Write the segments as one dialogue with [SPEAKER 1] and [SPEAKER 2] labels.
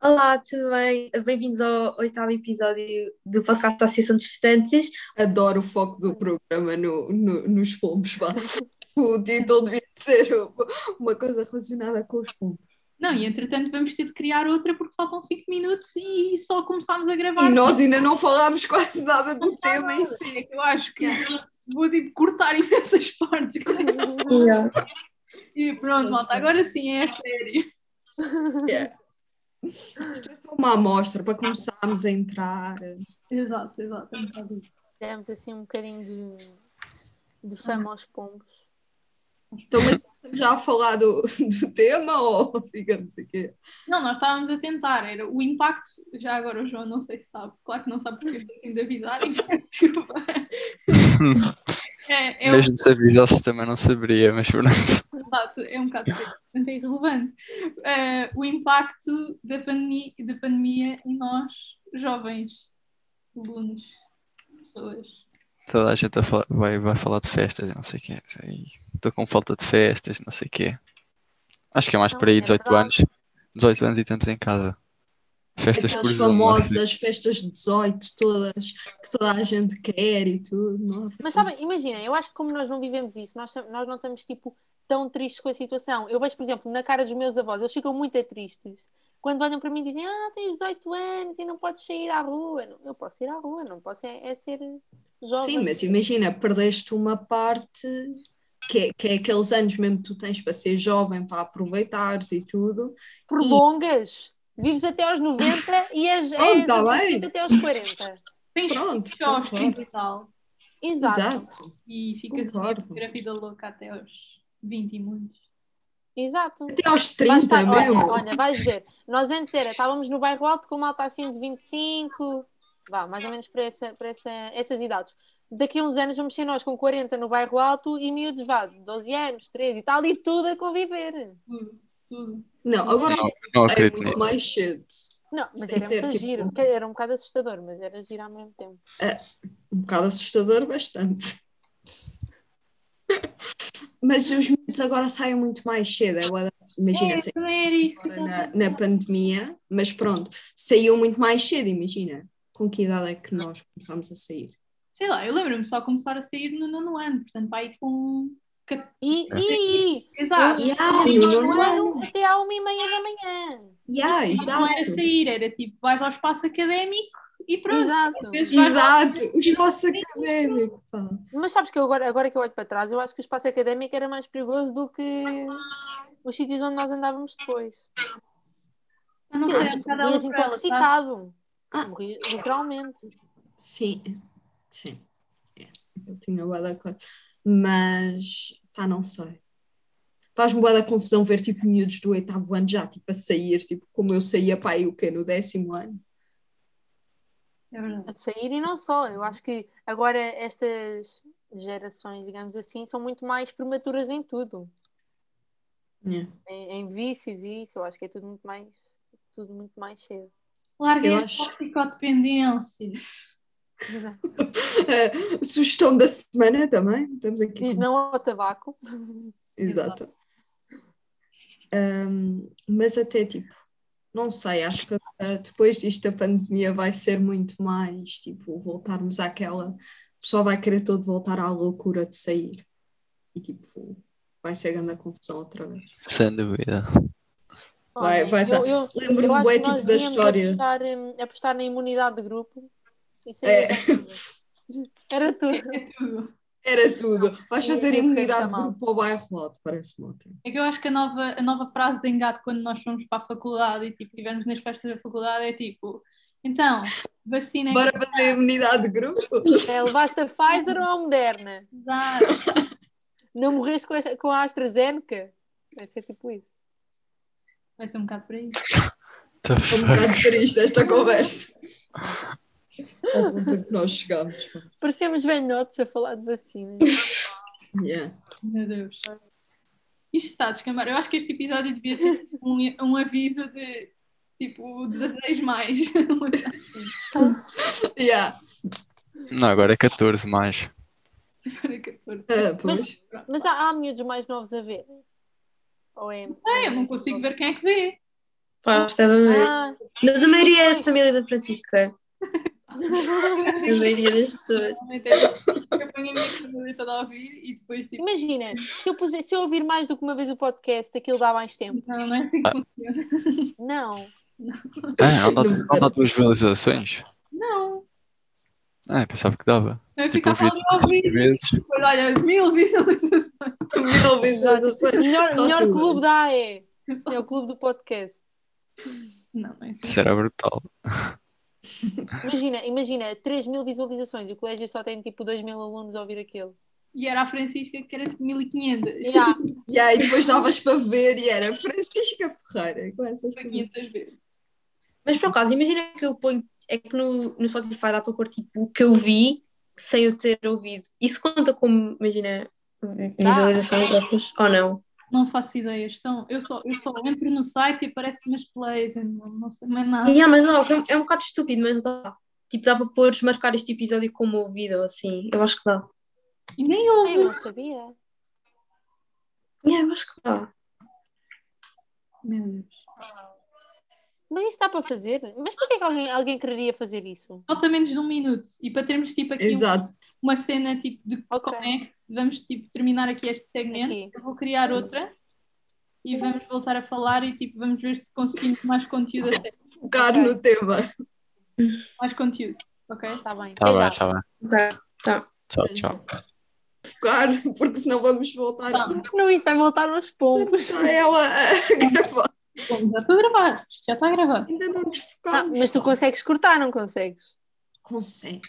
[SPEAKER 1] Olá, tudo bem? Bem-vindos ao oitavo episódio do podcast da Associação de Estudantes.
[SPEAKER 2] Adoro o foco do programa no, no- nos pombos, vá. O título devia ser uma, uma coisa relacionada com os pombos.
[SPEAKER 3] Não, e entretanto vamos ter de criar outra porque faltam 5 minutos e só começámos a gravar.
[SPEAKER 2] E nós ainda não falámos quase nada do tema em si.
[SPEAKER 3] É que Eu acho que vou tipo, cortar imensas partes. E pronto, malta, agora sim é a sério.
[SPEAKER 2] Isto é só uma amostra para começarmos a entrar.
[SPEAKER 3] Exato, exato. é um bocado isso.
[SPEAKER 4] Demos assim um bocadinho de, de
[SPEAKER 2] Ah.
[SPEAKER 4] fama aos pombos.
[SPEAKER 2] Então, mas começamos já a falar do, do tema ou ficamos aqui?
[SPEAKER 3] Não, nós estávamos a tentar, era o impacto, já agora o João não sei se sabe, claro que não sabe porque eu estou assim de avisar, e peço desculpa. É, é um
[SPEAKER 5] Mesmo se avisasse também não saberia, mas pronto.
[SPEAKER 3] Exato, é um bocado portanto, é irrelevante. Eh, o impacto da, pandemi- da pandemia em nós, jovens, alunos, pessoas.
[SPEAKER 5] Toda a gente a fala- vai, vai falar de festas e não sei o quê. Estou com falta de festas, não sei o quê. Acho que é mais
[SPEAKER 4] Não,
[SPEAKER 5] para aí,
[SPEAKER 4] é
[SPEAKER 5] 18
[SPEAKER 4] verdade.
[SPEAKER 5] anos. 18 anos e estamos em casa. Festas por
[SPEAKER 2] Aquelas
[SPEAKER 5] Zoom, não
[SPEAKER 2] famosas
[SPEAKER 5] sei.
[SPEAKER 2] festas de 18, todas, que toda a gente quer e tudo. não há-
[SPEAKER 4] Mas sabem, imaginem, eu acho que como nós não vivemos isso, nós, tam- nós não estamos tipo tão tristes com a situação. Eu vejo, por exemplo, na cara dos meus avós, eles ficam muito tristes. Quando olham para mim e dizem, ah, tens 18 anos e não podes sair à rua. Não, Eu posso ir à rua, não posso é, é ser jovem.
[SPEAKER 2] Sim, mas imagina, perdeste uma parte que é, que é aqueles anos mesmo que tu tens para ser jovem, para aproveitares e tudo.
[SPEAKER 4] Prolongas, vives até aos 90 e és,
[SPEAKER 2] Pronto, tá
[SPEAKER 4] és
[SPEAKER 2] bem.
[SPEAKER 4] adolescente até aos 40.
[SPEAKER 3] Tens
[SPEAKER 2] Pronto,
[SPEAKER 3] filhos aos
[SPEAKER 2] concordo.
[SPEAKER 3] 30 e tal.
[SPEAKER 4] Exato. Exato.
[SPEAKER 2] Exato.
[SPEAKER 3] E ficas
[SPEAKER 2] Concordo.
[SPEAKER 3] grávida louca até aos 20 e muitos.
[SPEAKER 2] Até aos
[SPEAKER 4] Lá
[SPEAKER 2] 30
[SPEAKER 4] está, olha,
[SPEAKER 2] mesmo.
[SPEAKER 4] olha, vais ver. Nós antes era, estávamos no bairro alto com uma alta assim de 25, vá, mais ou menos para, essa, para essa, essas idades. Daqui a uns anos vamos ser nós com 40 no bairro alto e miúdos, vá, de 12 anos, 13 e tal, e tudo a conviver.
[SPEAKER 3] Tudo, tudo.
[SPEAKER 2] Não, agora
[SPEAKER 5] Não, não
[SPEAKER 2] é
[SPEAKER 5] acredito
[SPEAKER 2] muito
[SPEAKER 5] nisso.
[SPEAKER 2] mais cedo.
[SPEAKER 4] Não, mas
[SPEAKER 2] Sem
[SPEAKER 4] era
[SPEAKER 2] ser,
[SPEAKER 4] muito
[SPEAKER 2] tipo-
[SPEAKER 4] giro, que era um bocado assustador, mas era giro ao mesmo tempo.
[SPEAKER 2] Um bocado assustador, bastante. Mas os miúdos agora saem muito mais cedo. agora- Imagina,
[SPEAKER 3] É,
[SPEAKER 2] saíram
[SPEAKER 3] também era isso que eu
[SPEAKER 2] agora
[SPEAKER 3] estava a
[SPEAKER 2] na,
[SPEAKER 3] pensar.
[SPEAKER 2] na pandemia, mas pronto, saiu muito mais cedo, imagina. Com que idade é que nós começámos a sair?
[SPEAKER 3] Sei lá, eu lembro-me só começar a sair no nono ano, portanto, vai com. um
[SPEAKER 4] E, e, e
[SPEAKER 3] Exato.
[SPEAKER 2] Yeah,
[SPEAKER 4] eu-
[SPEAKER 2] no
[SPEAKER 4] no
[SPEAKER 3] é
[SPEAKER 2] nono
[SPEAKER 4] ano até à uma e meia da manhã.
[SPEAKER 2] Yeah,
[SPEAKER 3] Mas
[SPEAKER 2] exato.
[SPEAKER 3] Não era sair, era tipo, vais ao espaço académico e pronto.
[SPEAKER 4] Exato.
[SPEAKER 3] Vezes vais lá-
[SPEAKER 2] Exato, o espaço académico. pá.
[SPEAKER 4] Mas sabes que eu agora, agora que eu olho para trás, eu acho que o espaço académico era mais perigoso do que os sítios onde nós andávamos depois.
[SPEAKER 3] Eu não
[SPEAKER 4] Sim,
[SPEAKER 3] sei, é um
[SPEAKER 4] mas tu
[SPEAKER 3] bocado
[SPEAKER 4] morrias
[SPEAKER 3] ela por ela, sabe?
[SPEAKER 4] intoxicado.
[SPEAKER 2] Ah.
[SPEAKER 4] Morrias, literalmente.
[SPEAKER 2] Sim, sim. É, Eu tinha boa da cor. Mas, pá, não sei. Faz-me boa da confusão ver, tipo, miúdos do oitavo ano já, tipo, a sair, tipo, como eu saía, pá, aí o quê, no décimo ano?
[SPEAKER 3] É verdade.
[SPEAKER 4] A sair e não só. Eu acho que agora estas gerações, digamos assim, são muito mais prematuras em tudo.
[SPEAKER 2] É.
[SPEAKER 4] Em, em vícios e isso. Eu acho que é tudo muito mais, tudo muito mais cedo.
[SPEAKER 3] Larguem
[SPEAKER 2] Eu
[SPEAKER 3] as
[SPEAKER 2] acho-
[SPEAKER 3] toxicodependências.
[SPEAKER 2] Sugestão da semana também, estamos aqui
[SPEAKER 4] Diz
[SPEAKER 2] com-
[SPEAKER 4] não ao tabaco.
[SPEAKER 2] Exato. Ahm, mas até tipo, não sei, acho que ah, depois disto a pandemia vai ser muito mais tipo, voltarmos àquela. O pessoal vai querer todo voltar à loucura de sair. E tipo, vai ser grande a confusão outra vez.
[SPEAKER 5] Sem dúvida.
[SPEAKER 2] Vai- vai
[SPEAKER 4] eu, eu, eu
[SPEAKER 2] Lembro-me
[SPEAKER 4] acho
[SPEAKER 2] bem
[SPEAKER 4] que
[SPEAKER 2] tipo
[SPEAKER 4] nós
[SPEAKER 2] da
[SPEAKER 4] devíamos
[SPEAKER 2] história.
[SPEAKER 4] apostar, hum, apostar na imunidade de grupo. Isso
[SPEAKER 2] É.
[SPEAKER 4] era, era tudo.
[SPEAKER 3] É tudo.
[SPEAKER 2] Era tudo. Vais
[SPEAKER 4] Eu-
[SPEAKER 2] fazer
[SPEAKER 4] eu
[SPEAKER 2] imunidade
[SPEAKER 4] quero
[SPEAKER 2] de
[SPEAKER 4] esta
[SPEAKER 2] grupo ao bairro alto, parece-me ótimo.
[SPEAKER 3] É que eu acho que a nova, a nova frase de engate quando nós fomos para a faculdade e tipo, estivermos nas festas da faculdade é tipo, então, vacina
[SPEAKER 2] Bora fazer imunidade de grupo?
[SPEAKER 4] É, levaste a Pfizer ou a Moderna?
[SPEAKER 3] que usar.
[SPEAKER 4] Não morreste com a, com a AstraZeneca? Vai ser tipo isso.
[SPEAKER 3] Vai ser um bocado por aí.
[SPEAKER 5] What the
[SPEAKER 2] Estou um
[SPEAKER 5] fuck?
[SPEAKER 2] bocado triste esta conversa. Ao ponto que nós chegamos. pá.
[SPEAKER 4] Parecemos velhotes a falar de vacinas.
[SPEAKER 2] Yeah.
[SPEAKER 3] Meu Deus. Isto está a descambar. Eu acho que este episódio devia ter um, um aviso de tipo 16 mais.
[SPEAKER 2] Yeah.
[SPEAKER 5] Não, agora é 14 mais.
[SPEAKER 3] Para 14.
[SPEAKER 2] Ah, pois.
[SPEAKER 4] Mas há, há miúdos mais novos a ver. Ou é?
[SPEAKER 3] Ah, eu não consigo ver quem é que vê.
[SPEAKER 1] Pá, estava a ver.
[SPEAKER 4] Ah,
[SPEAKER 1] Mas a maioria é a família da Francisca. A maioria das pessoas.
[SPEAKER 3] Realmente é isso. Eu ponho a minha família toda a ouvir e depois tipo.
[SPEAKER 4] Imagina, se eu, puse- se eu ouvir mais do que uma vez o podcast, aquilo dá mais tempo.
[SPEAKER 3] Não, não é assim que funciona.
[SPEAKER 4] Não.
[SPEAKER 5] Ah, não dá, não dá duas visualizações?
[SPEAKER 3] Não,
[SPEAKER 5] Ah, eu pensava que dava.
[SPEAKER 3] não é ficar
[SPEAKER 5] Tipo, um
[SPEAKER 3] só
[SPEAKER 5] vídeo
[SPEAKER 3] a ouvir.
[SPEAKER 5] de vezes.
[SPEAKER 3] Depois, olha, mil visualizações.
[SPEAKER 2] Mil visualizações.
[SPEAKER 4] Melhor,
[SPEAKER 2] Só
[SPEAKER 4] melhor
[SPEAKER 2] tu.
[SPEAKER 4] clube da AE. É o clube do podcast.
[SPEAKER 3] Não, não é assim.
[SPEAKER 5] Isso era brutal.
[SPEAKER 4] Imagina, imagina, 3 mil visualizações e o colégio só tem tipo 2 mil alunos a ouvir aquilo.
[SPEAKER 3] E era a Francisca que era tipo 1500.
[SPEAKER 4] Já,
[SPEAKER 2] E aí depois davas para ver e era Francisca Ferreira. Com essas
[SPEAKER 3] Foi
[SPEAKER 2] coisas.
[SPEAKER 3] 500 vezes.
[SPEAKER 1] Mas por acaso, imagina que eu ponho. É que no, no Spotify dá para pôr tipo o que eu vi sem eu ter ouvido. Isso conta como, imagina, visualizações dessas? Ou não?
[SPEAKER 3] Não faço ideia. Estão, eu, só, eu só entro no site e aparece umas plays. eu Não, não sei mais nada.
[SPEAKER 1] Yeah, mas não, é um- é um bocado estúpido, mas dá. Tipo, dá para pôres marcar este episódio como ouvido, ou assim. Eu acho que dá.
[SPEAKER 3] E nem
[SPEAKER 4] eu
[SPEAKER 3] ouve.
[SPEAKER 4] não sabia.
[SPEAKER 1] Yeah, ah, eu acho que dá.
[SPEAKER 3] Meu Deus.
[SPEAKER 4] Mas isso dá para fazer? Mas porquê que alguém, alguém quereria fazer isso?
[SPEAKER 3] Falta menos de um minuto. E para termos tipo aqui um-
[SPEAKER 2] Exato.
[SPEAKER 3] uma cena tipo de
[SPEAKER 4] Ok.
[SPEAKER 3] connect, vamos tipo terminar aqui este segmento.
[SPEAKER 4] Aqui.
[SPEAKER 3] Eu vou criar outra e vamos voltar a falar e tipo vamos ver se conseguimos mais conteúdo, a sério,
[SPEAKER 2] Focar
[SPEAKER 4] Ok.
[SPEAKER 2] no tema.
[SPEAKER 3] mais conteúdo, ok?
[SPEAKER 4] Está bem.
[SPEAKER 5] Tá
[SPEAKER 4] Até
[SPEAKER 5] bem,
[SPEAKER 4] já.
[SPEAKER 5] tá bem.
[SPEAKER 1] Tá.
[SPEAKER 5] Tchau, tchau.
[SPEAKER 2] Focar, porque senão vamos voltar
[SPEAKER 3] Tá.
[SPEAKER 4] Não, isto vai voltar aos pombos.
[SPEAKER 2] a ela a gravar.
[SPEAKER 3] Bom, já estou a gravar, Isto já está a gravar.
[SPEAKER 2] Ainda não nos
[SPEAKER 4] Ah,
[SPEAKER 2] focamos.
[SPEAKER 4] mas tu consegues cortar, não consegues?
[SPEAKER 2] consegue.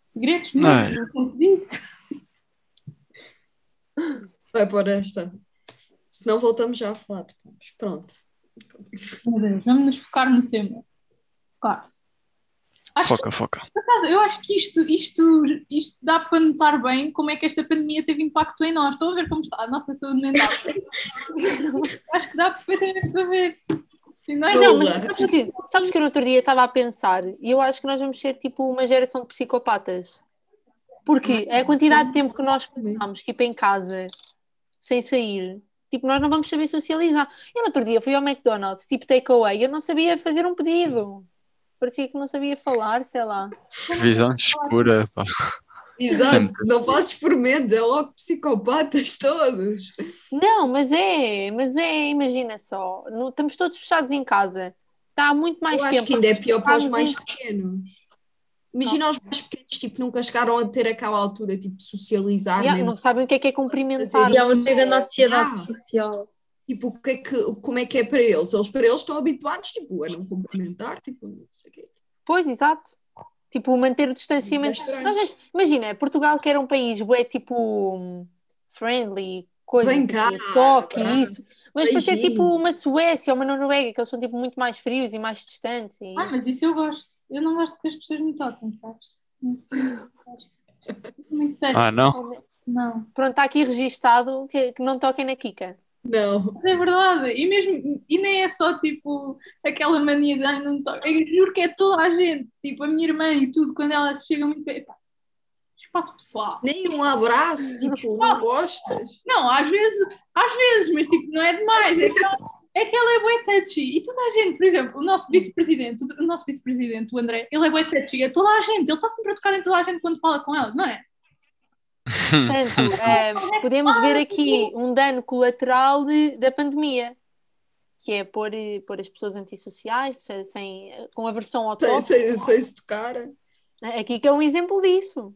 [SPEAKER 3] Segredos,
[SPEAKER 5] Ai.
[SPEAKER 3] mas não te digo.
[SPEAKER 2] Vai pôr esta. Senão voltamos já a falar de pombos. Pronto.
[SPEAKER 3] Meu Deus, Vamos nos focar no tema. Focar. Acho
[SPEAKER 5] Foca, foca.
[SPEAKER 3] Por acaso, eu acho que isto, isto, isto dá para notar bem como é que esta pandemia teve impacto em nós. Estão a ver como está a nossa saúde mental. acho que dá perfeitamente para ver. é? E nós
[SPEAKER 2] Não,
[SPEAKER 4] Não, mas
[SPEAKER 2] Olá.
[SPEAKER 4] sabes que, sabes que eu no outro dia estava a pensar e eu acho que nós vamos ser tipo uma geração de psicopatas. Porque é a quantidade de tempo que nós passamos, tipo, em casa, sem sair, tipo, nós não vamos saber socializar. Eu no outro dia fui ao McDonald's, tipo, takeaway, eu não sabia fazer um pedido. Parecia que não sabia falar, sei lá.
[SPEAKER 5] Visão escura, pá.
[SPEAKER 2] Exato. Não passes por medo. É logo psicopatas todos.
[SPEAKER 4] Não, mas é, mas é, imagina só. não- estamos todos fechados em casa. Está há muito mais
[SPEAKER 2] Eu acho
[SPEAKER 4] tempo.
[SPEAKER 2] que ainda é pior para os
[SPEAKER 4] Sabes
[SPEAKER 2] mais
[SPEAKER 4] isso?
[SPEAKER 2] pequenos. Imagina os mais pequenos, tipo, nunca chegaram a ter aquela altura, tipo, de socializar né?
[SPEAKER 4] Yeah,
[SPEAKER 2] mesmo.
[SPEAKER 4] não sabem o que é que é cumprimentar.
[SPEAKER 1] E há uma grande ansiedade
[SPEAKER 2] Ah.
[SPEAKER 1] social.
[SPEAKER 2] Tipo, o que é que, como é que é para eles? Eles, para eles, estão habituados, tipo, a não cumprimentar, tipo, não sei o quê. É
[SPEAKER 4] Pois, exato. Tipo, manter o distanciamento.
[SPEAKER 2] Bastante.
[SPEAKER 4] Nós, já- imagina, Portugal que era um país bué, tipo, friendly, coisa,
[SPEAKER 2] Vem cá,
[SPEAKER 4] tipo, toque,
[SPEAKER 2] pá.
[SPEAKER 4] isso. Mas para ser
[SPEAKER 2] Beijinho.
[SPEAKER 4] tipo uma Suécia ou uma Noruega, que eles são tipo muito mais frios e mais distantes. e-
[SPEAKER 3] Ah, mas isso eu gosto. Eu não gosto que as pessoas me toquem, sabes? Não sei. Muito touch.
[SPEAKER 5] Ah, não?
[SPEAKER 3] Não.
[SPEAKER 4] Pronto, está aqui registado que, que não toquem na Kika.
[SPEAKER 2] Não.
[SPEAKER 3] Mas é verdade. E mesmo, e nem é só tipo aquela mania de ai, não me toquem. Eu juro que é toda a gente. Tipo, a minha irmã e tudo, quando ela se chega muito bem. Epá, espaço pessoal.
[SPEAKER 2] Nem um abraço, tipo, não gostas.
[SPEAKER 3] Não, às vezes, às vezes, mas tipo, não é demais. É que ela é, que ela é bué touchy. E toda a gente, por exemplo, o nosso vice-presidente, o nosso vice-presidente, o André, ele é bué touchy. É toda a gente, ele está sempre a tocar em toda a gente quando fala com eles, não é?
[SPEAKER 2] Hum.
[SPEAKER 4] Portanto, eh, podemos ver aqui um dano colateral de- da pandemia, que é pôr, eh, pôr as pessoas antissociais, sem- sem, com aversão ao
[SPEAKER 2] Sem,
[SPEAKER 4] toque.
[SPEAKER 2] sem, sem se tocar.
[SPEAKER 4] A Kika é um exemplo disso.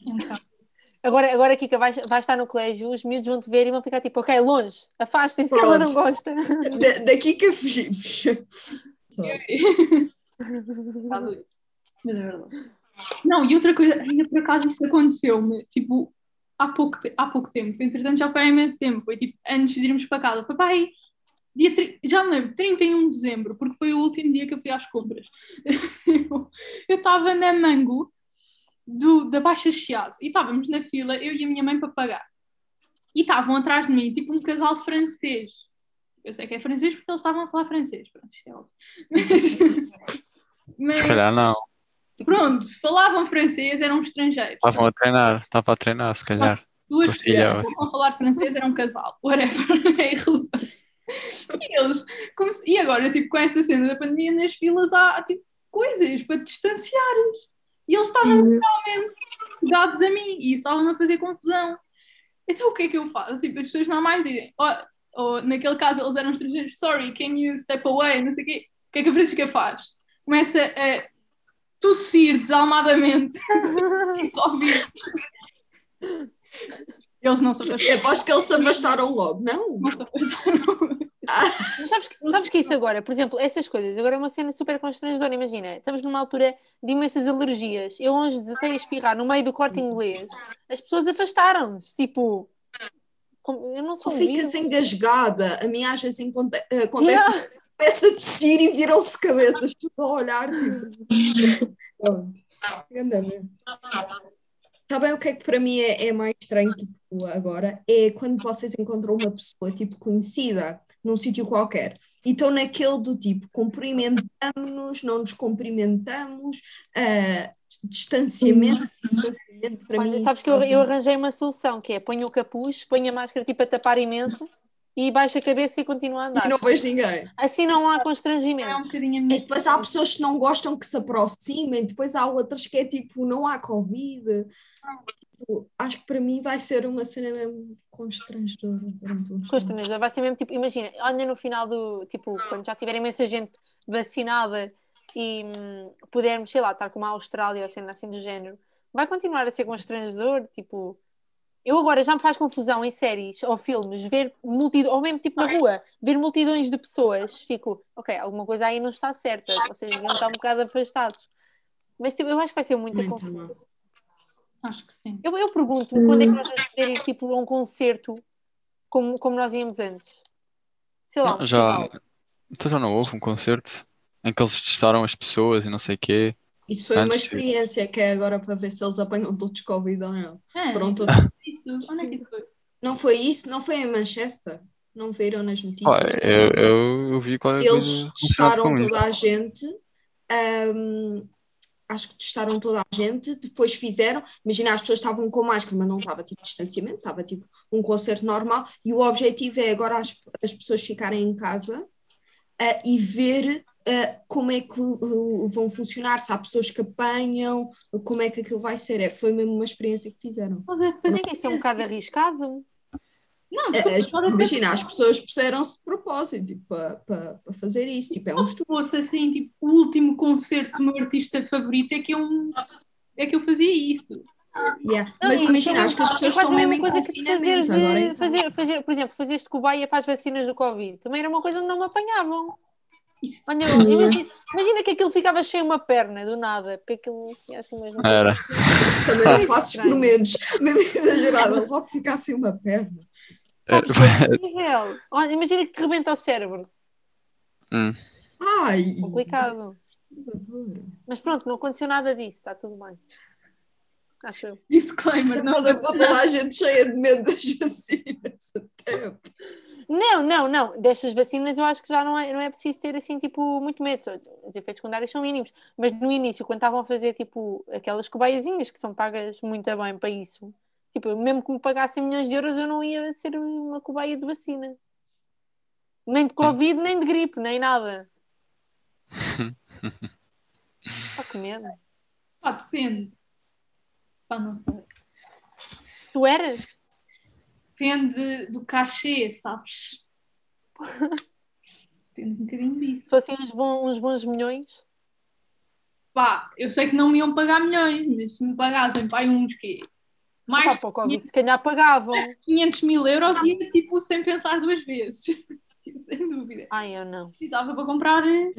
[SPEAKER 3] Então,
[SPEAKER 4] Agora, agora Kika, vai, vai estar no colégio, os miúdos vão te ver e vão ficar tipo, ok, longe, afastem-se que ela não gosta.
[SPEAKER 2] Da- daqui que fugimos.
[SPEAKER 3] tá doido. mas é verdade. Não, e outra coisa, ainda por acaso isso aconteceu-me, tipo, há pouco, te- há pouco tempo. Entretanto, já foi há imenso tempo. Foi tipo, antes de irmos para casa. Papai, dia, tri- já me lembro, 31 de dezembro, porque foi o último dia que eu fui às compras. eu estava na Mango, do, da Baixa Chiado, e estávamos na fila, eu e a minha mãe para pagar. E estavam atrás de mim, tipo um casal francês. Eu sei que é francês porque eles estavam a falar francês. Pronto, isto é óbvio. Mas,
[SPEAKER 5] Se calhar não.
[SPEAKER 3] mas pronto, falavam francês, eram estrangeiros.
[SPEAKER 5] Estavam a Tá treinar. Estava a treinar, se calhar.
[SPEAKER 3] Duas
[SPEAKER 5] Gostei,
[SPEAKER 3] pessoas que não falar francês, era um casal. Whatever, é irrelevante. E eles, como se- e agora, tipo, com esta cena da pandemia, nas filas há, tipo, coisas para te distanciares. E eles estavam literalmente dados a mim e isso estavam a fazer confusão. Então o que é que eu faço? Tipo, as pessoas normais dizem, "Oh, ou naquele caso eles eram estrangeiros, sorry, can you step away? Não sei o quê. O que é que a Francisca faz? Começa a tossir desalmadamente ao vivo. Eles não se afastaram.
[SPEAKER 2] É, Aposto que eles se afastaram logo, não?
[SPEAKER 3] Não se afastaram.
[SPEAKER 4] Mas sabes, que- sabes que é isso agora? Por exemplo, essas coisas. Agora é uma cena super constrangedora. Imagina, estamos numa altura de imensas alergias. Eu, hoje, desatei a espirrar no meio do corte inglês. As pessoas afastaram-se. Tipo, como- eu não
[SPEAKER 2] Tu
[SPEAKER 4] sou um
[SPEAKER 2] ficas
[SPEAKER 4] vírus.
[SPEAKER 2] engasgada. A mim às vezes enconte- assim, acontece peça de tossir e viram-se cabeças. Estou a olhar. tipo. Pronto. Grandamente. Sabem o que é que para mim é, é mais estranho tipo, agora? É quando vocês encontram uma pessoa tipo conhecida num sítio qualquer e estão naquele do tipo cumprimentamos-nos, não nos cumprimentamos, ah, distanciamento, distanciamento para
[SPEAKER 4] Olha,
[SPEAKER 2] mim.
[SPEAKER 4] sabes
[SPEAKER 2] isso
[SPEAKER 4] que eu,
[SPEAKER 2] faz
[SPEAKER 4] eu arranjei uma solução, que é ponho o capuz, ponho a máscara tipo a tapar imenso e baixo a cabeça e continuo a andar.
[SPEAKER 2] E não vejo ninguém.
[SPEAKER 4] Assim não há
[SPEAKER 3] É um
[SPEAKER 4] constrangimentos.
[SPEAKER 3] bocadinho a minha
[SPEAKER 2] E depois há pessoas que não gostam que se aproximem, depois há outras que é tipo, não há Covid. Tipo, acho que para mim vai ser uma cena mesmo constrangedora. um durante uns anos.
[SPEAKER 4] Constrangedor. Vai ser mesmo tipo, imagina, olha no final do, tipo, quando já tiver imensa gente vacinada e hum, pudermos, sei lá, estar como a Austrália ou sendo assim do género, vai continuar a ser constrangedor, tipo. Eu agora já me faz confusão em séries ou filmes, ver multidões, ou mesmo tipo na rua, ver multidões de pessoas, fico, ok, alguma coisa aí não está certa, vocês deviam estar um bocado afastados. Mas tipo, eu acho que vai ser muita
[SPEAKER 2] Muito
[SPEAKER 4] confusão.
[SPEAKER 3] Acho que sim.
[SPEAKER 4] Eu, eu pergunto-me quando é que nós vamos poder ir tipo, a um concerto como, como nós íamos antes. Sei
[SPEAKER 2] Tá
[SPEAKER 4] lá, um
[SPEAKER 5] Já,
[SPEAKER 4] festival.
[SPEAKER 5] então já não houve um concerto em que eles testaram as pessoas e não sei o quê.
[SPEAKER 2] Isso foi uma
[SPEAKER 5] Antes-
[SPEAKER 2] experiência que é agora para ver se eles apanham todos Covid ou não.
[SPEAKER 3] Ah,
[SPEAKER 2] Foram todos-
[SPEAKER 3] isso. Onde é que isso foi?
[SPEAKER 2] Não foi isso? Não foi em Manchester? Não viram nas notícias?
[SPEAKER 5] Pá, eu, eu, eu vi qualquer
[SPEAKER 2] Eles
[SPEAKER 5] coisa relacionada
[SPEAKER 2] testaram
[SPEAKER 5] com isso.
[SPEAKER 2] toda a gente. ahm, acho que testaram toda a gente. Depois fizeram. Imagina, as pessoas estavam com máscara, mas não estava tipo distanciamento, estava tipo um concerto normal. E o objetivo é agora as, as pessoas ficarem em casa ah, e ver. ah, como é que o- o- vão funcionar? Se há pessoas que apanham, como é que aquilo vai ser? É, foi mesmo uma experiência que fizeram.
[SPEAKER 3] Pode haver
[SPEAKER 4] Mas
[SPEAKER 3] paciência.
[SPEAKER 4] é que isso é um bocado arriscado.
[SPEAKER 3] Não,
[SPEAKER 2] Ah,
[SPEAKER 3] porque
[SPEAKER 2] as-
[SPEAKER 3] pode haver
[SPEAKER 2] imagina, as pessoas puseram-se de propósito tipo, para, para, para fazer isso. Tipo, é um
[SPEAKER 3] se fosse assim, tipo, o último concerto do meu artista favorito é que eu, é que eu fazia isso.
[SPEAKER 2] Yeah.
[SPEAKER 4] Não,
[SPEAKER 2] Mas
[SPEAKER 4] e-
[SPEAKER 2] imagina, acho que as
[SPEAKER 4] é
[SPEAKER 2] pessoas
[SPEAKER 4] quase
[SPEAKER 2] estão
[SPEAKER 4] a
[SPEAKER 2] mesmo
[SPEAKER 4] mesma
[SPEAKER 2] em
[SPEAKER 4] coisa que tu
[SPEAKER 2] confinamento
[SPEAKER 4] fazeres,
[SPEAKER 2] agora,
[SPEAKER 4] de-
[SPEAKER 2] então.
[SPEAKER 4] fazer, fazer, por exemplo, fazeres de cobaia para as vacinas do Covid. Também era uma coisa onde não me apanhavam.
[SPEAKER 3] Isso.
[SPEAKER 4] Olha,
[SPEAKER 2] Sim.
[SPEAKER 4] imagina, imagina que aquilo ficava cheio uma perna, do nada, porque aquilo tinha assim umas notícias.
[SPEAKER 5] Era.
[SPEAKER 2] Também não faço por menos, mesmo exagerado, logo ficar assim uma perna.
[SPEAKER 4] Sabes,
[SPEAKER 5] Era-
[SPEAKER 4] é horrível. Olha, imagina que te rebenta o cérebro.
[SPEAKER 5] Hum.
[SPEAKER 2] Ai,
[SPEAKER 4] Complicado.
[SPEAKER 2] adoro.
[SPEAKER 4] Mas pronto, não aconteceu nada disso, está tudo bem. Acho eu.
[SPEAKER 3] Disclaimer, não
[SPEAKER 2] Quando eu vou toda a gente cheia de medo das vacinas, até.
[SPEAKER 4] Não, não, não. Destas vacinas eu acho que já não é, não é preciso ter assim, tipo, muito medo. Só- Os efeitos secundários são mínimos. Mas no início, quando estavam a fazer, tipo, aquelas cobaiazinhas que são pagas muito a bem para isso, tipo, eu mesmo que me pagassem milhões de euros, eu não ia ser uma cobaia de vacina. Nem de Covid, nem de gripe, nem nada. Pá, que medo.
[SPEAKER 3] Pá, depende. Pá, não sei.
[SPEAKER 4] Tu eras?
[SPEAKER 3] Depende do cachê, sabes? Depende um bocadinho
[SPEAKER 4] Se
[SPEAKER 3] disso.
[SPEAKER 4] fossem uns, bons- uns bons milhões?
[SPEAKER 3] Pá, eu sei que não me iam pagar milhões, mas se me pagassem, pá, uns que
[SPEAKER 4] Pá,
[SPEAKER 3] mais
[SPEAKER 4] para o Covid, se calhar pagavam.
[SPEAKER 3] 500 mil euros ia, tipo, sem pensar duas vezes. Tipo, sem dúvida.
[SPEAKER 4] Ai, eu não.
[SPEAKER 3] precisava para comprar eh,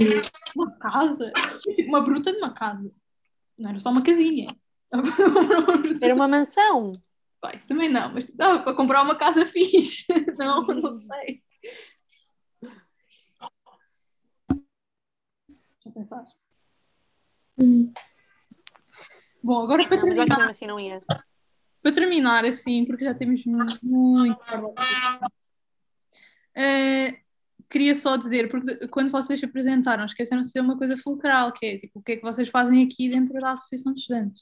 [SPEAKER 3] uma casa, uma bruta de uma casa. Não era só uma casinha. Dava para comprar uma bruta.
[SPEAKER 4] Era uma mansão.
[SPEAKER 3] Pá, isso também não, mas tipo, dava para comprar uma casa fixe. Não, não sei. Já pensaste? Bom, agora para
[SPEAKER 4] Hum. Não, mas eu acho que
[SPEAKER 3] terminar,
[SPEAKER 4] mesmo assim não ia.
[SPEAKER 3] para terminar assim, porque já temos muito para falar. Eh, Queria só dizer, porque quando vocês se apresentaram, esqueceram de ser uma coisa fulcral, que é tipo, o que é que vocês fazem aqui dentro da Associação de Estudantes?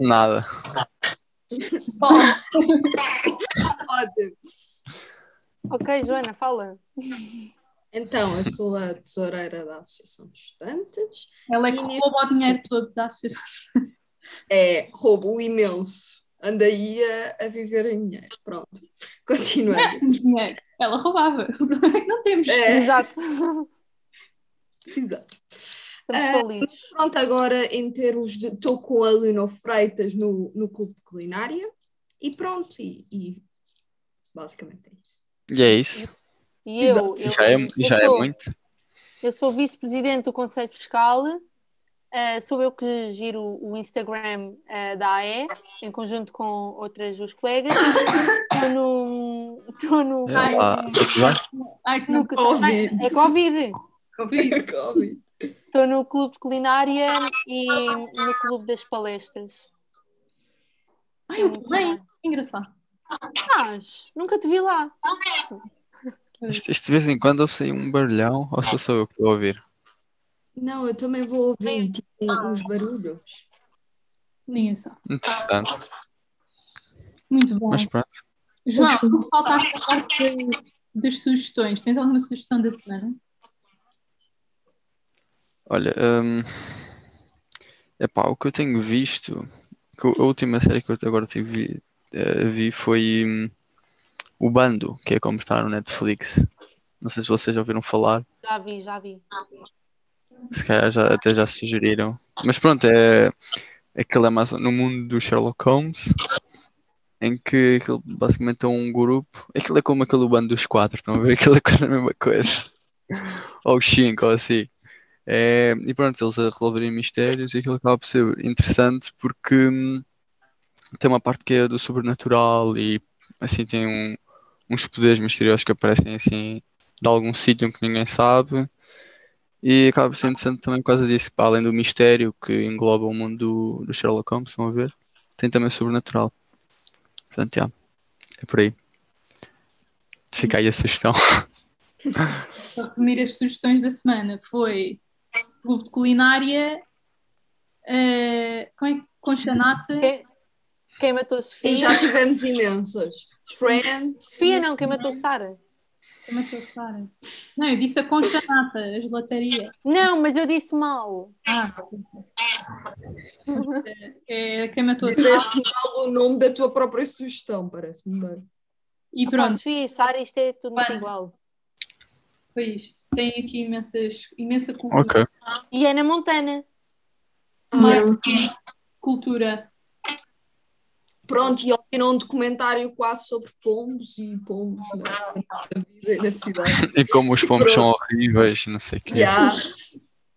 [SPEAKER 5] Nada.
[SPEAKER 3] Bom,
[SPEAKER 2] Ótimo.
[SPEAKER 4] Ok, Joana, fala.
[SPEAKER 2] Então, eu sou a tesoureira da Associação de Estudantes.
[SPEAKER 3] Ela é que
[SPEAKER 2] E neste-
[SPEAKER 3] rouba o dinheiro todo da associação.
[SPEAKER 2] É roubo imenso. Anda aí a, a viver em dinheiro. Pronto. Continuando.
[SPEAKER 3] Temos dinheiro. Ela roubava. O problema é que não temos.
[SPEAKER 2] É.
[SPEAKER 4] Exato.
[SPEAKER 2] Exato.
[SPEAKER 4] Estamos
[SPEAKER 2] Ah,
[SPEAKER 4] falidos.
[SPEAKER 2] Pronto, agora em termos de. Estou com a Lino Freitas no, no clube de culinária. E pronto, e, e basicamente é isso.
[SPEAKER 5] E é isso.
[SPEAKER 4] E eu,
[SPEAKER 2] Exato.
[SPEAKER 4] eu,
[SPEAKER 5] Já é,
[SPEAKER 4] eu
[SPEAKER 5] já é
[SPEAKER 4] sou,
[SPEAKER 5] muito.
[SPEAKER 4] eu sou vice-presidente do Conselho Fiscal, eh, sou eu que giro o Instagram eh, da AE, em conjunto com outras duas colegas. Estou no. Estou no.
[SPEAKER 5] É
[SPEAKER 3] Ai,
[SPEAKER 5] lá. Tudo bem?
[SPEAKER 3] Ai, que
[SPEAKER 4] no
[SPEAKER 3] não
[SPEAKER 2] Covid.
[SPEAKER 4] É Covid!
[SPEAKER 3] Covid.
[SPEAKER 2] Covid.
[SPEAKER 4] Estou no Clube de Culinária e no Clube das Palestras.
[SPEAKER 3] Ai, eu também. Engraçado.
[SPEAKER 4] Mas nunca te vi lá.
[SPEAKER 5] Isto, isto de vez em quando eu sair um barulhão ou só sou eu que estou a ouvir?
[SPEAKER 2] Não, eu também vou ouvir tipo, uns barulhos.
[SPEAKER 3] Ninguém sabe.
[SPEAKER 5] Interessante.
[SPEAKER 2] Tá
[SPEAKER 3] Muito bom.
[SPEAKER 5] Mas pronto.
[SPEAKER 3] João, o que falta a parte das sugestões? Tens alguma sugestão da semana?
[SPEAKER 5] Olha, hum, epá, o que eu tenho visto, que eu- a última série que eu agora tive, vi, eh, vi foi hum, O Bando, que é como está no Netflix. Não sei se vocês já ouviram falar,
[SPEAKER 4] Já vi, já vi.
[SPEAKER 5] se calhar já, até já sugeriram. Mas pronto, é aquele Amazon no mundo do Sherlock Holmes, em que aquilo basicamente é um grupo. Aquilo é como aquele O Bando dos Quatro, estão a ver? Aquilo é quase a mesma coisa. Ou os cinco, ou assim. É, e pronto, eles a resolverem mistérios e aquilo acaba por ser interessante porque hum, tem uma parte que é do sobrenatural e assim tem um- uns poderes misteriosos que aparecem assim de algum sítio que ninguém sabe e acaba por ser interessante também por causa disso, para além do mistério que engloba o mundo do, do Sherlock Holmes, estão a ver, tem também o sobrenatural. Portanto, já, é por aí. Fica aí a sugestão.
[SPEAKER 3] Para resumir as sugestões da semana, foi Clube de Culinária, eh, como é que- Conchanata,
[SPEAKER 4] Quem, quem matou
[SPEAKER 2] E
[SPEAKER 4] Sofia?
[SPEAKER 2] já tivemos imensas. Friends.
[SPEAKER 4] Sofia não, quem matou Sara.
[SPEAKER 3] como é que eu falo? Não, eu disse a Conchanata, a gelataria.
[SPEAKER 4] Não, mas eu disse mal.
[SPEAKER 3] Ah, é, quem matou a Sara.
[SPEAKER 2] Dizeste mal o nome da tua própria sugestão, parece-me bem.
[SPEAKER 3] E
[SPEAKER 4] Pá,
[SPEAKER 3] pronto,
[SPEAKER 4] Sofia e Sara, isto é tudo muito
[SPEAKER 3] Quando?
[SPEAKER 4] igual.
[SPEAKER 3] foi isto. Tem aqui imensas, imensa cultura.
[SPEAKER 5] Ok.
[SPEAKER 4] E Ana Montana.
[SPEAKER 3] Marketing, cultura.
[SPEAKER 2] Pronto, e ouviram um documentário quase sobre pombos e pombos na, na vida e na cidade.
[SPEAKER 5] E como os pombos são horríveis, não sei o quê.
[SPEAKER 2] Yeah.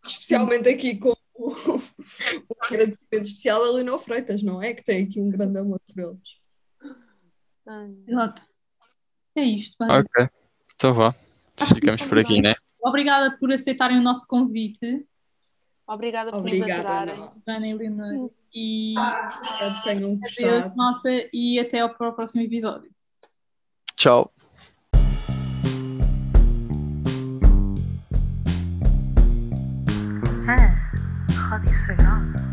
[SPEAKER 2] Especialmente aqui com o, um agradecimento especial a Lino Freitas, não é? Que tem aqui um grande amor por eles.
[SPEAKER 4] Ah,
[SPEAKER 3] Exato. É isto. bem.
[SPEAKER 5] Ok, então vá. Ficamos por aqui, né?
[SPEAKER 3] Obrigada por aceitarem o nosso convite,
[SPEAKER 4] Obrigada por nos
[SPEAKER 2] Obrigada,
[SPEAKER 4] adorarem.
[SPEAKER 2] Ana.
[SPEAKER 3] Ana e Leonor. E
[SPEAKER 2] Espero que tenham
[SPEAKER 3] adeus,
[SPEAKER 2] gostado.
[SPEAKER 3] malta, e até ao pro- próximo episódio.
[SPEAKER 5] Tchau.
[SPEAKER 6] Ah, Robbie Segal.